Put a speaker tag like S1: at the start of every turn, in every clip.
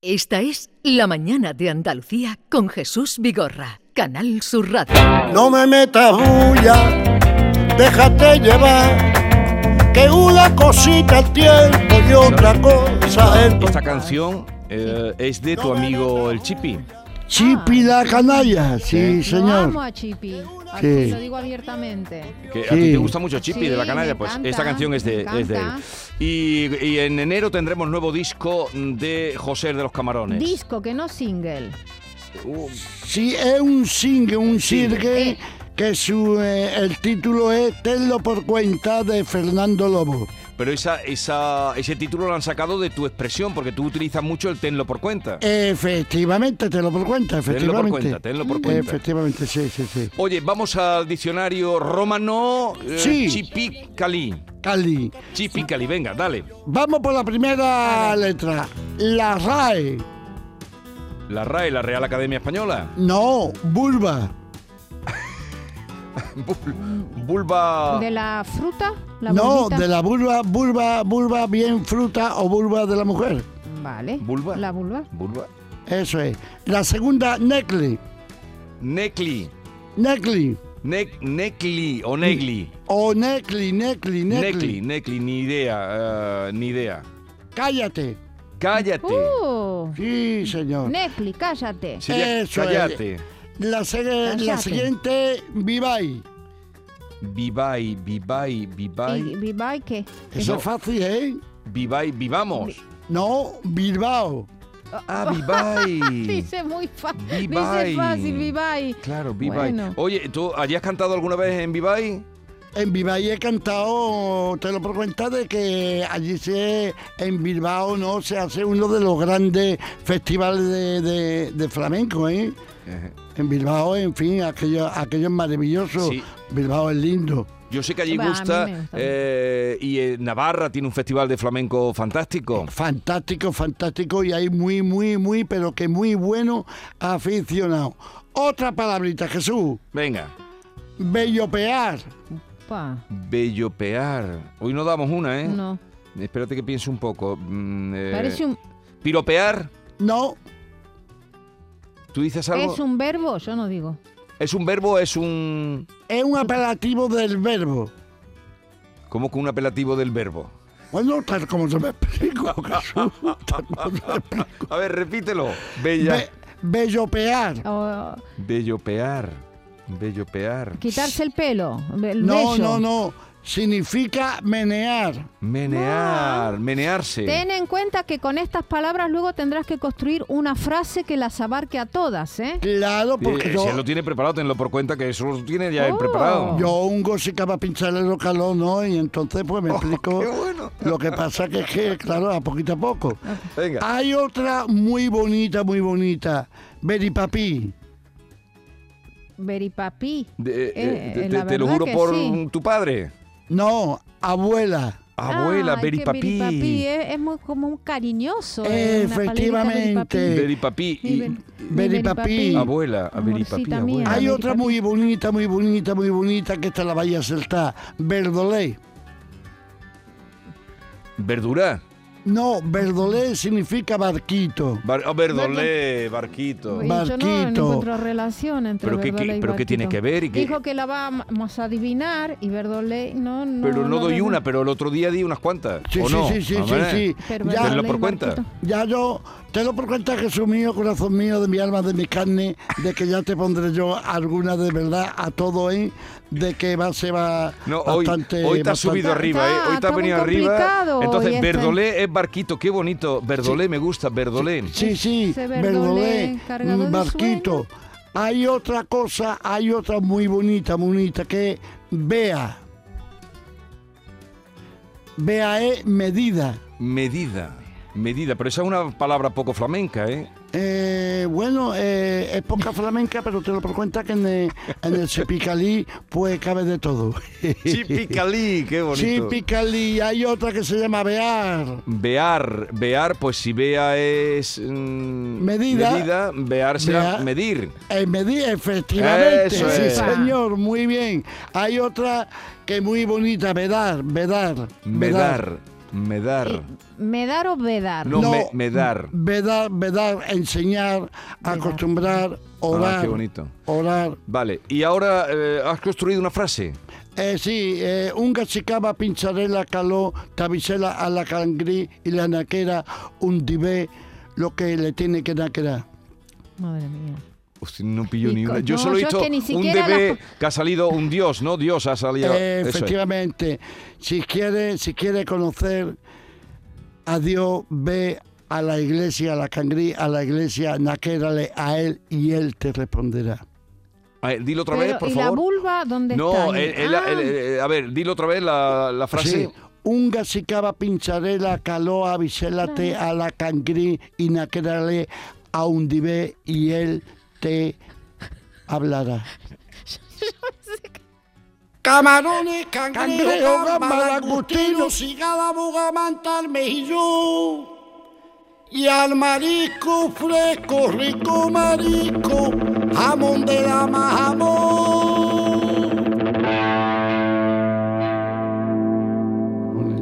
S1: Esta es La Mañana de Andalucía con Jesús Vigorra, Canal Sur Radio.
S2: No me metas bulla, déjate llevar, que una cosita el tiempo y otra cosa el
S3: Esta canción eh, es de tu amigo el Chipi.
S2: Chipi la canalla, sí,
S4: Yo amo
S2: señor.
S4: a Chipi, a-
S2: Sí.
S4: lo digo abiertamente.
S3: Que a
S2: Sí.
S3: ti te gusta mucho Chipi
S4: Sí,
S3: de la Canalla,
S4: me
S3: pues
S4: encanta,
S3: esta canción es de,
S4: me
S3: es de él.
S4: encanta.
S3: Y, y en enero tendremos nuevo disco de José de los Camarones.
S4: Disco, que no single.
S3: Uh,
S2: Sí, es un single, un single
S4: Eh.
S2: que su, eh, el título es Tenlo por cuenta de Fernando Lobo.
S3: pero esa, esa, ese título lo han sacado de tu expresión, porque tú utilizas mucho el tenlo por cuenta.
S2: Eh. Efectivamente, tenlo por cuenta,
S3: Tenlo por
S2: efectivamente.
S3: cuenta, tenlo por cuenta.
S2: Efectivamente, sí, sí, sí.
S3: Oye, vamos al diccionario romano eh,
S2: Sí.
S3: Chipi Cali.
S2: Cali,
S3: Chipi Cali, venga, dale.
S2: vamos por la primera letra. La RAE,
S3: La RAE, la Real Academia Española.
S2: no, vulva.
S3: Bul- Bulba.
S4: Mm. ¿De la fruta? ¿La
S2: Ah. no,
S4: bulbita?
S2: de la vulva, vulva, vulva bien fruta o vulva de la mujer.
S4: Vale.
S3: ¿Vulva?
S4: ¿La vulva?
S3: Bulba.
S2: Eso es. La segunda, necli.
S3: Necli.
S2: Necli.
S3: Nec- necli o negli.
S2: O necli, necli,
S3: Necli,
S2: necli.
S3: necli, ni idea, eh, ni idea.
S2: Cállate.
S3: Cállate.
S4: ¡Uh!
S2: Sí, señor.
S4: Netflix, cállate.
S3: Sería
S2: eso
S3: cállate.
S2: La, se- la
S4: Cállate.
S2: siguiente, viváis.
S3: Viváis, viváis, viváis,
S4: ¿Y Vivai qué?
S2: Eso es fácil, ¿eh?
S3: viváis, vivamos.
S2: No, Bilbao.
S3: Ah, viváis.
S4: Dice muy fácil.
S3: Vivai.
S4: Dice fácil, Vivai.
S3: Claro, viváis.
S4: Bueno.
S3: Oye, ¿tú habías cantado alguna vez en viváis?
S2: En Bilbao he cantado, te lo por cuenta de que allí se, en Bilbao no se hace uno de los grandes festivales de, de- de flamenco, ¿eh? En Bilbao, en fin, aquello, aquello es maravilloso.
S3: Sí.
S2: Bilbao es lindo.
S3: Yo sé que allí
S4: Va, a mí
S3: gusta,
S4: me gusta.
S3: eh, y eh, Navarra tiene un festival de flamenco fantástico.
S2: Fantástico, fantástico y hay muy, muy, muy, pero que muy bueno aficionado. Otra palabrita, Jesús.
S3: Venga,
S2: Bellopear.
S4: Pa,
S3: bellopear. Hoy no damos una, ¿eh?
S4: No.
S3: Espérate que piense un poco. Mm, eh,
S4: Parece un.
S3: Piropear,
S2: No,
S3: ¿tú dices algo?
S4: ¿Es un verbo? Yo no digo.
S3: ¿Es un verbo? ¿Es un...?
S2: es un apelativo del verbo.
S3: ¿Cómo que un apelativo del verbo?
S2: Bueno, tal Pues como se me explico, Jesús. tal como se me explico.
S3: A ver, repítelo. Bella...
S2: Be- bellopear.
S4: O,
S3: bellopear. Bellopear.
S4: quitarse el pelo. El
S2: No,
S4: vello.
S2: no, no. Significa menear.
S3: Menear. Menearse.
S4: Ten en cuenta que con estas palabras luego tendrás que construir una frase que las abarque a todas, ¿eh?
S2: Claro, porque
S3: Eh,
S2: yo,
S3: Se lo tiene preparado, tenlo por cuenta que eso lo tiene ya
S4: Oh.
S3: preparado.
S2: yo ungo si capa pincharle lo calor, ¿no? Y entonces pues me explico.
S3: Oh, qué bueno.
S2: Lo que pasa que es que, claro, a poquito a poco.
S3: Venga.
S2: Hay otra muy bonita, muy bonita. Beripapi.
S4: Veripapi.
S3: De- eh,
S4: Eh,
S3: te-
S4: la
S3: te, te lo
S4: verdad
S3: juro
S4: que
S3: por
S4: sí.
S3: tu padre.
S2: No, abuela.
S3: Abuela,
S4: Ay, qué eh.
S3: beripapi.
S4: beripapi, Es, es muy, como un cariñoso. eh, una
S2: Efectivamente.
S4: palabrita beripapi.
S3: Beripapi.
S4: Mi
S3: y-
S4: ber- mi
S2: beripapi.
S4: beripapi.
S3: Abuela, a
S4: Amorcita
S3: beripapi,
S4: mía.
S3: abuela.
S2: Hay
S4: Beripapi.
S2: otra muy bonita, muy bonita, muy bonita, que esta la vaya a acertar. Verdolé.
S3: Verdura.
S2: No, verdolé significa barquito.
S3: Bar- oh, verdolé, barquito.
S4: Uy, Yo no- no,
S2: Barquito.
S4: encuentro relación entre
S3: Pero qué-
S4: Verdolé
S3: qué-
S4: y
S3: pero qué
S4: Barquito.
S3: tiene que ver y qué-
S4: Dijo que la vamos a adivinar y Verdolé no, no
S3: Pero no doy
S4: lo-
S3: una, pero el otro día di unas cuantas.
S2: Sí,
S3: ¿o
S2: sí,
S3: no?
S2: sí, sí,
S3: Hombre.
S2: sí, sí.
S4: Pero
S2: Ya-
S3: Tenlo
S4: Verdolé y
S3: por cuenta.
S4: Barquito.
S2: Ya yo te lo por cuenta, Jesús mío, corazón mío, de mi alma, de mi carne, de que ya te pondré yo alguna de verdad a todo, ¿eh? De que va, se va
S3: No, hoy,
S2: bastante...
S3: hoy te
S2: bastante-
S3: has subido arriba, ¿eh?
S4: Está-
S3: Hoy te
S4: está
S3: has
S4: muy
S3: venido arriba.
S4: complicado
S3: Entonces,
S4: hoy este.
S3: Verdolé es barquito, qué bonito. Verdolé me gusta, Verdolé.
S2: Sí, sí,
S4: Ese
S2: verdolé, mm,
S4: verdolé cargado de
S2: barquito. Hay otra cosa, hay otra muy bonita, muy bonita, que vea. Vea es medida.
S3: Medida, medida. Pero esa es una palabra poco flamenca, ¿eh?
S2: Eh, bueno, eh, es poca flamenca, pero te lo por cuenta que en el, en el Chipicalí pues cabe de todo.
S3: Chipicalí, qué bonito.
S2: Chipicalí, hay otra que se llama Bear.
S3: Vear, vear, pues si vea es mm,
S2: Medida.
S3: medida, vear será
S2: Vea.
S3: medir.
S2: Eh, medí, efectivamente,
S3: Eso
S2: sí
S3: es.
S2: señor, muy bien. Hay otra que es muy bonita, vedar, vedar.
S3: Medar, Medar.
S4: Eh, medar o vedar.
S3: No, me- medar.
S2: Vedar, vedar, enseñar, acostumbrar, orar.
S3: Ah, qué bonito.
S2: Orar.
S3: Vale, y ahora eh, has construido una frase.
S2: Eh, sí, eh, un gachicaba, pincharela, caló, tabicela a la cangrí y la naquera, un dibé, lo que le tiene que naquerar.
S4: Madre mía.
S3: Hostia, no pillo
S4: Y
S3: ni
S4: co-
S3: una. Yo
S4: no,
S3: solo he
S4: yo es
S3: visto
S4: que ni
S3: un
S4: siquiera
S3: DB
S4: las-
S3: que ha salido un dios, ¿no? Dios ha salido.
S2: Eh,
S3: Eso es.
S2: efectivamente, si quiere, si quiere conocer a Dios, ve a la iglesia, a la cangrí, a la iglesia, naquérale a él y él te responderá.
S3: A ver, dilo otra vez,
S4: Pero,
S3: por
S4: ¿Y la
S3: favor.
S4: vulva dónde está?
S3: no,
S4: ahí?
S3: el- el-
S4: Ah,
S3: el- el- a ver, dilo otra vez la, la frase.
S2: Sí. Un gasicaba pincharela, caloa, avisélate a la cangrí y naquérale a un dibé y él te hablará.
S5: Camarones, cangrejos,
S2: Cangrejo,
S5: gambas,
S2: gambas,
S5: langostinos,
S2: langostinos,
S5: cigala, bugamanta, al mejillón. Y al marisco fresco, rico marisco, jamón de dama, jamón.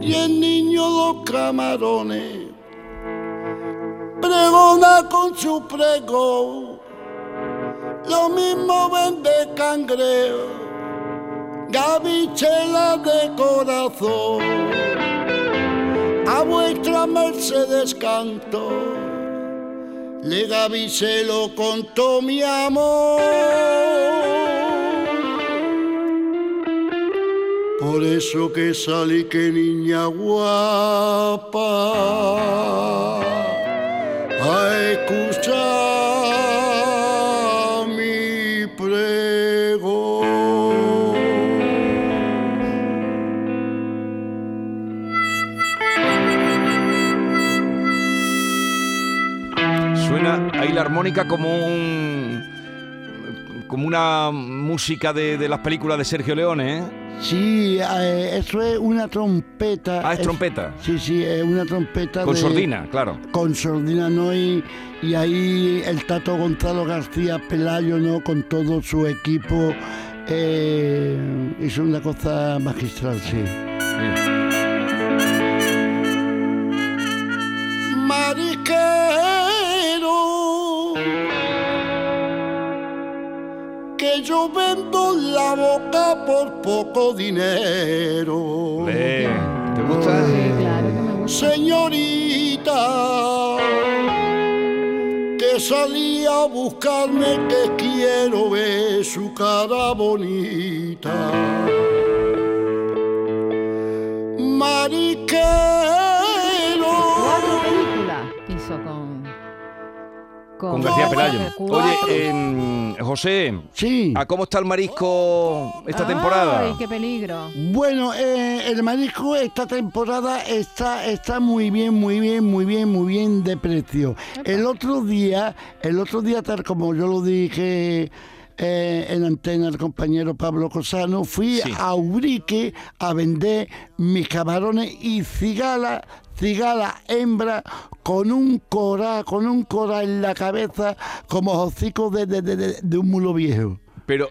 S5: Y el niño los camarones, pregona con su pregón. Lo mismo vende cangrejo. Gavichela de corazón, a vuestra mercedes canto, le gavichelo contó mi amor. Por eso que salí que niña guapa a escuchar mi pregón.
S3: Suena ahí la armónica como un. Como una música de, de las películas de Sergio Leone, ¿eh?
S2: Sí, eh, eso es una trompeta.
S3: Ah, es trompeta.
S2: Sí, sí, es una trompeta
S3: Con
S2: de-
S3: sordina, claro.
S2: Con sordina, ¿no? Y, y ahí el Tato Gonzalo García Pelayo, ¿no? Con todo su equipo, eh, hizo una cosa magistral, sí.
S5: marisquero que yo vendo la boca por poco dinero.
S3: Eh, ¿Te gusta?
S4: sí, claro que me gusta.
S5: Señorita, que salí a buscarme que quiero ver su cara bonita. Mariquero.
S4: Cuatro películas hizo con.
S3: Con García Pelayo. Oye,
S4: Cuatro.
S3: em, José,
S2: Sí.
S3: ¿a cómo está el marisco esta temporada?
S4: Ay, qué peligro.
S2: Bueno, eh, el marisco esta temporada está, está muy bien, muy bien, muy bien, muy bien de precio. El otro día, el otro día, tal como yo lo dije eh, en antena al compañero Pablo Cosano, fui
S3: Sí.
S2: a Urique a vender mis camarones y cigala, cigala hembra con un cora, con un cora en la cabeza como hocico de, de- de- de- de un mulo viejo.
S3: Pero,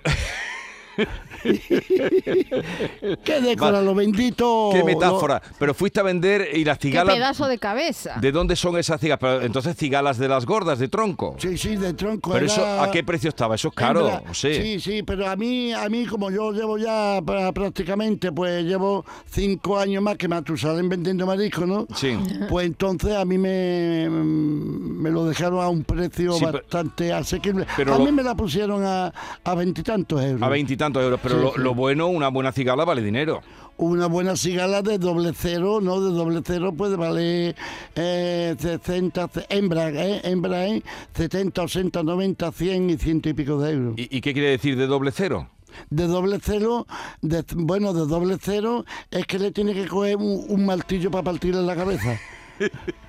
S2: ¡Qué decora,
S3: Va-
S2: lo bendito!
S3: qué
S2: lo-
S3: metáfora. Pero fuiste a vender y las
S4: Qué
S3: cigalas.
S4: pedazo de cabeza.
S3: ¿De dónde son esas cigalas? Pero, entonces, cigalas de las gordas, de tronco.
S2: Sí, sí, de tronco.
S3: Pero eso,
S2: era
S3: ¿a qué precio estaba? Eso es caro,
S2: hembra.
S3: José.
S2: Sí, sí, pero a mí, a mí como yo llevo ya pra- prácticamente, pues llevo cinco años más que Matusalén vendiendo marisco, ¿no?
S3: Sí.
S2: Pues entonces a mí me, me lo dejaron a un precio
S3: Sí, pero-
S2: bastante asequible.
S3: pero
S2: a
S3: lo-
S2: mí me la pusieron a a veintitantos euros.
S3: A veintitantos euros. Pero
S2: Sí,
S3: lo,
S2: sí.
S3: lo bueno, una buena cigala vale dinero.
S2: Una buena cigala de doble cero, ¿no? De doble cero puede valer eh, 60, ce- hembra, ¿eh? Hembra, ¿eh? 70, 80, 90, 100 y ciento y pico de euros.
S3: ¿Y, y qué quiere decir de doble cero?
S2: de doble cero, de- bueno, de doble cero es que le tiene que coger un, un martillo para partirle la cabeza.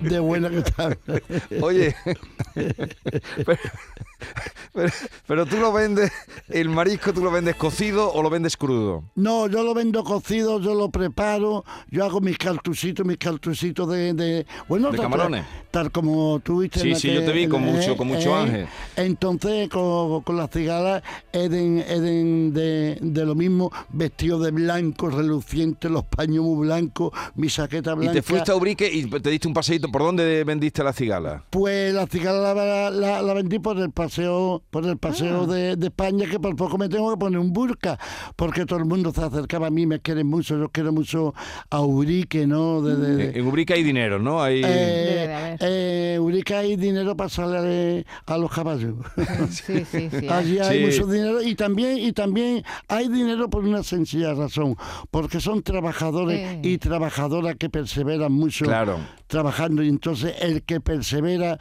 S2: De buena que está.
S3: Oye, pero- Pero, pero tú lo vendes, el marisco tú lo vendes cocido o lo vendes crudo.
S2: No, yo lo vendo cocido, yo lo preparo, yo hago mis cartusitos, mis cartusitos de... de- bueno,
S3: ¿De
S2: tal-
S3: camarones?
S2: Tal como tú viste.
S3: Sí,
S2: en
S3: sí, yo te vi con
S2: en- eh,
S3: mucho- con mucho ángel.
S2: Entonces, con, con las cigalas, Eden, Eden de, de lo mismo, vestido de blanco, reluciente, los paños muy blancos, mi saqueta
S3: Y
S2: blanca.
S3: te fuiste a Ubrique y te diste un paseíto. ¿Por dónde vendiste la cigala?
S2: Pues la cigala la, la- la vendí por el paseo, por el paseo de, de España, que por poco me tengo que poner un burka, porque todo el mundo se acercaba a mí, me quieren mucho, yo quiero mucho a Urique, ¿no? De- de- de-
S3: En en Ubrique hay dinero, ¿no? Hay...
S2: eh,
S4: Debe de haber.
S2: eh, Urique hay dinero para salir a los caballos.
S4: Sí, sí, sí.
S2: Allí hay
S3: Sí.
S2: mucho dinero y también, y también hay dinero por una sencilla razón, porque son trabajadores
S4: Eh.
S2: y trabajadoras que perseveran mucho
S3: Claro.
S2: trabajando y entonces el que persevera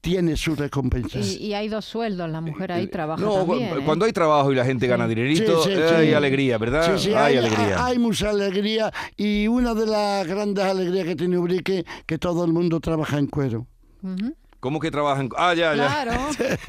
S2: tiene su recompensa.
S4: Y, y hay dos sueldos, la mujer ahí trabaja
S3: No, cu-
S4: también. ¿eh?
S3: cuando hay trabajo y la gente gana dinerito, eh,
S2: Sí, sí,
S3: hay
S2: sí.
S3: alegría, ¿verdad?
S2: Sí, sí, hay,
S3: hay, alegría.
S2: hay mucha alegría y una de las grandes alegrías que tiene Ubrique que todo el mundo trabaja en cuero.
S4: Ujú.
S3: ¿Cómo que trabajan? Ah, ya, ya.
S4: Claro.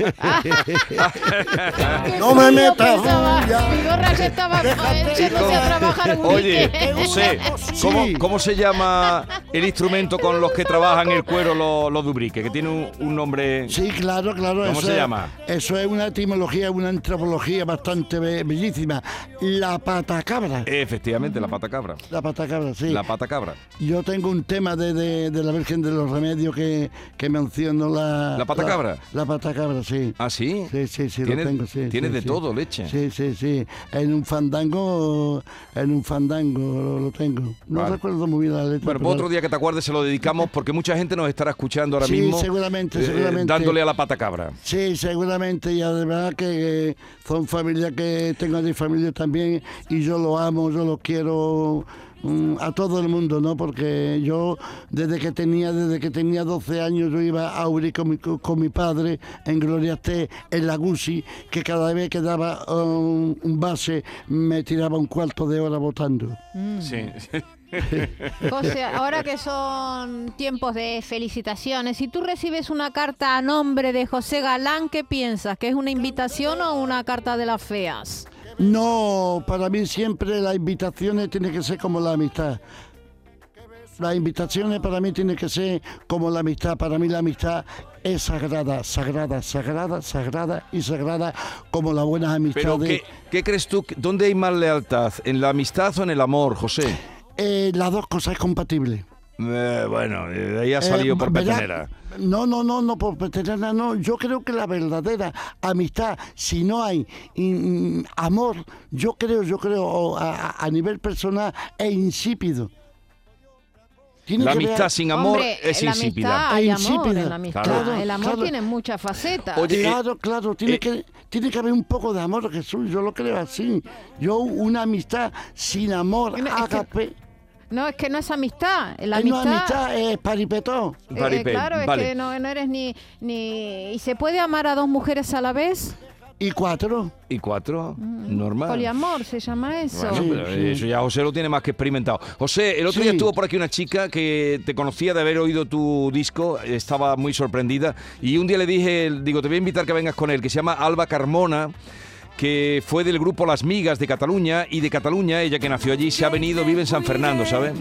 S5: No me metas bulla.
S4: Vigorra que estaba
S5: Déjate
S4: echándose a trabajar un
S3: Oye,
S4: weekend.
S3: José, ¿cómo, cómo se llama el instrumento con los que trabajan el cuero los los dubriques? Que tiene un, un nombre...
S2: Sí, claro, claro.
S3: ¿Cómo
S2: eso
S3: se
S2: es-
S3: llama?
S2: Eso es una etimología, una antropología bastante be- bellísima. La patacabra.
S3: Efectivamente, la pata cabra.
S2: La patacabra, sí.
S3: Eh. La pata cabra.
S2: Yo tengo un tema de, de- de la Virgen de los Remedios que, que menciono la...
S3: ¿La patacabra?
S2: La, la patacabra, sí.
S3: ¿Ah, sí?
S2: Sí, sí, sí,
S3: Tienes-
S2: lo tengo, sí.
S3: tienes
S2: sí,
S3: de
S2: sí.
S3: todo, leche.
S2: Sí, sí, sí. En un fandango, en un fandango lo, lo tengo. No
S3: Vale.
S2: recuerdo muy bien la letra.
S3: Bueno, pues
S2: pero-
S3: otro día que te acuerdes se lo dedicamos porque mucha gente nos estará escuchando ahora
S2: Sí,
S3: mismo. eh,
S2: seguramente, seguramente.
S3: Dándole a la pata cabra.
S2: Sí, seguramente, y además que eh, son familias que tengo de familia también, y yo lo amo, yo lo quiero mm, a todo el mundo, ¿no? Porque yo desde que tenía, desde que tenía 12 años, yo iba a Uri con mi, con mi padre en Gloria T, en la Gucci, que cada vez que daba um, un base me tiraba un cuarto de hora votando.
S3: Sí.
S4: José, ahora que son tiempos de felicitaciones, si tú recibes una carta a nombre de José Galán, ¿qué piensas? ¿Que es una invitación o una carta de las feas?
S2: No, para mí siempre las invitaciones tienen que ser como la amistad. Las invitaciones para mí tienen que ser como la amistad. Para mí la amistad es sagrada, sagrada, sagrada, sagrada y sagrada como las buenas
S3: Pero
S2: amistades.
S3: ¿qué, qué crees tú? ¿Dónde hay más lealtad? ¿En la amistad o en el amor, José?
S2: Eh, las dos cosas es compatible.
S3: Eh, bueno, eh, de ahí ha salido
S2: Eh,
S3: por
S2: ¿verdad?
S3: petenera.
S2: No, no, no, no, por petenera no. Yo creo que la verdadera amistad, si no hay mm, amor, yo creo, yo creo, o a, a- a nivel personal, es insípido. Tiene
S3: La
S2: que ver-
S3: amistad sin amor
S4: Hombre,
S3: es insípida.
S4: la
S2: Es
S4: Amistad, hay amor
S2: insípida.
S4: en la amistad.
S2: Claro,
S4: el amor
S2: claro.
S4: tiene muchas facetas.
S3: Oye, eh,
S2: Claro, claro, tiene,
S3: eh.
S2: que, tiene que haber un poco de amor, Jesús, yo lo creo así. Yo, una amistad sin amor,
S4: Mira, es que-
S2: ágape,
S4: no, es que no es amistad. La
S2: es no
S4: amistad,
S2: amistad, es paripetón.
S4: eh,
S3: Paripé,
S4: claro, es
S3: vale.
S4: que no, no eres ni, ni... ¿Y se puede amar a dos mujeres a la vez?
S2: Y cuatro,
S3: ¿Y cuatro? Normal.
S4: Mm, Poliamor se llama eso.
S3: Bueno, pero eso ya José lo tiene más que experimentado. José, el otro
S2: Sí.
S3: día estuvo por aquí una chica que te conocía de haber oído tu disco, estaba muy sorprendida y un día le dije, digo, te voy a invitar que vengas con él, que se llama Alba Carmona que fue del grupo Las Migas de Cataluña y de Cataluña, ella que nació allí, se ha venido, vive en San Fernando, ¿sabes?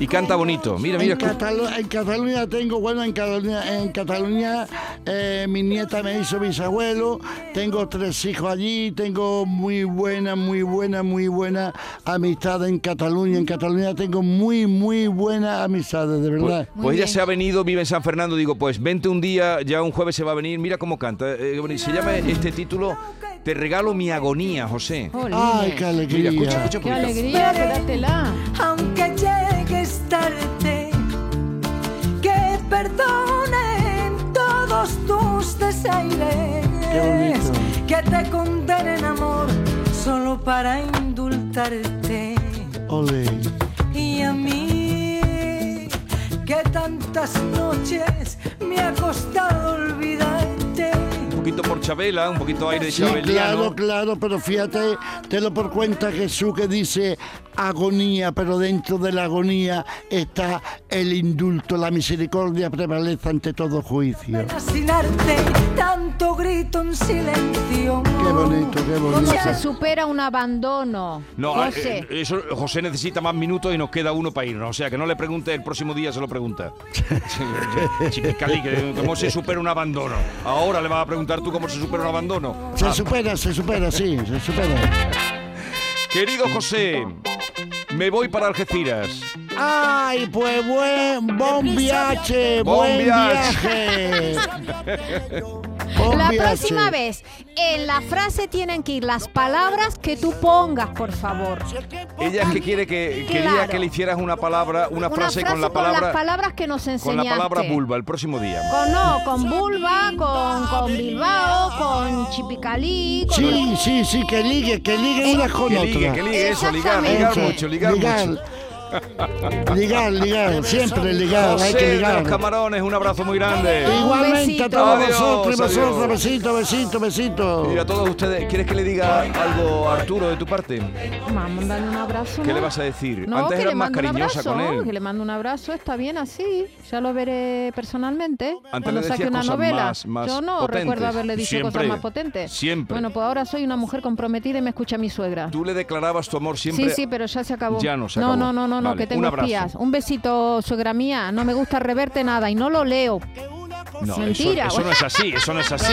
S3: Y canta bonito. Mira, mira,
S2: en,
S3: escu-
S2: Catalu- en Cataluña tengo, bueno, en Cataluña, en Cataluña eh, mi nieta me hizo bisabuelo, tengo tres hijos allí, tengo muy buena, muy buena, muy buena amistad en Cataluña. En Cataluña tengo muy, muy buena amistad, de verdad.
S3: Pues,
S4: Muy
S3: pues ella
S4: bien.
S3: se ha venido, vive en San Fernando. Digo, pues vente un día, ya un jueves se va a venir. Mira cómo canta. eh, qué bonito. se llama este título Te regalo mi agonía, José.
S4: Jolines,
S2: Ay, qué
S3: Mira,
S2: alegría.
S3: escucha, escucha un
S4: qué
S3: poquito.
S4: alegría, quédatela.
S6: aunque llegues tarde, que perdonen todos tus desaires,
S2: Qué bonito.
S6: que te condenen amor solo para indultarte.
S2: Ole.
S6: Y a mí, que tantas noches me ha costado olvidarte.
S3: Un poquito por Chabela, un poquito aire de
S2: Sí,
S3: Chabeliano.
S2: claro, claro, pero fíjate, te lo por cuenta Jesús que dice, agonía, pero dentro de la agonía está el indulto, la misericordia prevalece ante todo juicio.
S6: Asesinarte, tanto grito en silencio.
S2: Qué bonito, qué bonito.
S4: Se supera un abandono.
S3: No,
S4: José.
S3: eh, eh, eso, José necesita más minutos y nos queda uno para irnos. O sea, que no le pregunte, el próximo día se lo pregunta. Chiquicali, que ¿cómo se supera un abandono? Ahora le vas a preguntar tú cómo se supera un abandono. Ah,
S2: Se supera, se supera, sí, se supera.
S3: Querido José, me voy para Algeciras.
S2: Ay, pues buen, buen viaje,
S3: Bon
S2: buen
S3: viaje.
S2: viaje. Bon
S4: la
S2: viaje.
S4: próxima vez, en la frase tienen que ir las palabras que tú pongas, por favor.
S3: Ella es que quiere que, quería
S4: Claro.
S3: que le hicieras una palabra, una,
S4: Una
S3: frase, con la
S4: las
S3: palabra
S4: palabras que nos
S3: con
S4: enseñaste.
S3: la palabra vulva el próximo día.
S4: Con no, con vulva, con, con Bilbao, con Chipicalí, con
S2: Sí, sí, sí, que ligue, que ligue una con
S3: Que
S2: otra.
S3: ligue, que ligue eso, ligar, ligar
S4: Exactamente.
S3: mucho, ligar, mucho.
S2: Ligar, ligar, siempre ligar, hay
S3: José
S2: que
S3: de los
S2: ligar. E
S3: camarones, un abrazo muy grande.
S2: Igualmente
S4: besito.
S2: a todos
S3: Adiós,
S2: vosotros y
S3: adiós.
S2: vosotras, besito, besito,
S3: Y a
S2: besito.
S3: todos ustedes, ¿quieres que le diga algo a Arturo de tu parte?
S4: Vamos, mandale un abrazo.
S3: ¿Qué
S4: ¿no?
S3: le vas a decir?
S4: No,
S3: Antes
S4: que
S3: eras
S4: le
S3: más
S4: mando un
S3: cariñosa
S4: abrazo,
S3: con él.
S4: Que le mando un abrazo, está bien así. Ya lo veré personalmente.
S3: Antes le
S4: cuando saque
S3: decías
S4: una
S3: cosas
S4: novela.
S3: más- más
S4: Yo no
S3: potentes.
S4: recuerdo haberle dicho
S3: Siempre,
S4: cosas más potentes.
S3: siempre.
S4: Bueno, pues ahora soy una mujer comprometida y me escucha mi suegra.
S3: Tú le declarabas tu amor siempre.
S4: Sí, sí, pero ya se acabó.
S3: Ya no se
S4: No,
S3: acabó.
S4: no, no, no, no,
S3: Vale,
S4: que
S3: un
S4: tengo
S3: abrazo.
S4: espías. Un besito, suegra mía. No me gusta reverte nada y no lo leo.
S3: No,
S4: Mentira,
S3: Eso, eso no
S4: bueno.
S3: es así, eso no es así.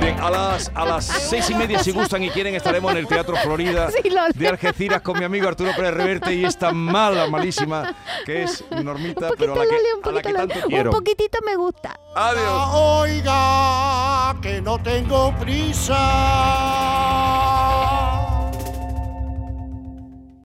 S3: Bien, a las, a las seis y media, si gustan y quieren, estaremos en el Teatro Florida
S4: Sí, lo
S3: de Algeciras con mi amigo Arturo Pérez Reverte y esta mala, malísima, que es Normita,
S4: un poquito
S3: pero a la
S4: lo
S3: que,
S4: leo, un
S3: a la
S4: poquito
S3: que
S4: lo
S3: tanto
S4: leo.
S3: quiero.
S4: Un poquitito me gusta.
S3: Adiós.
S2: Oiga, que no tengo prisa.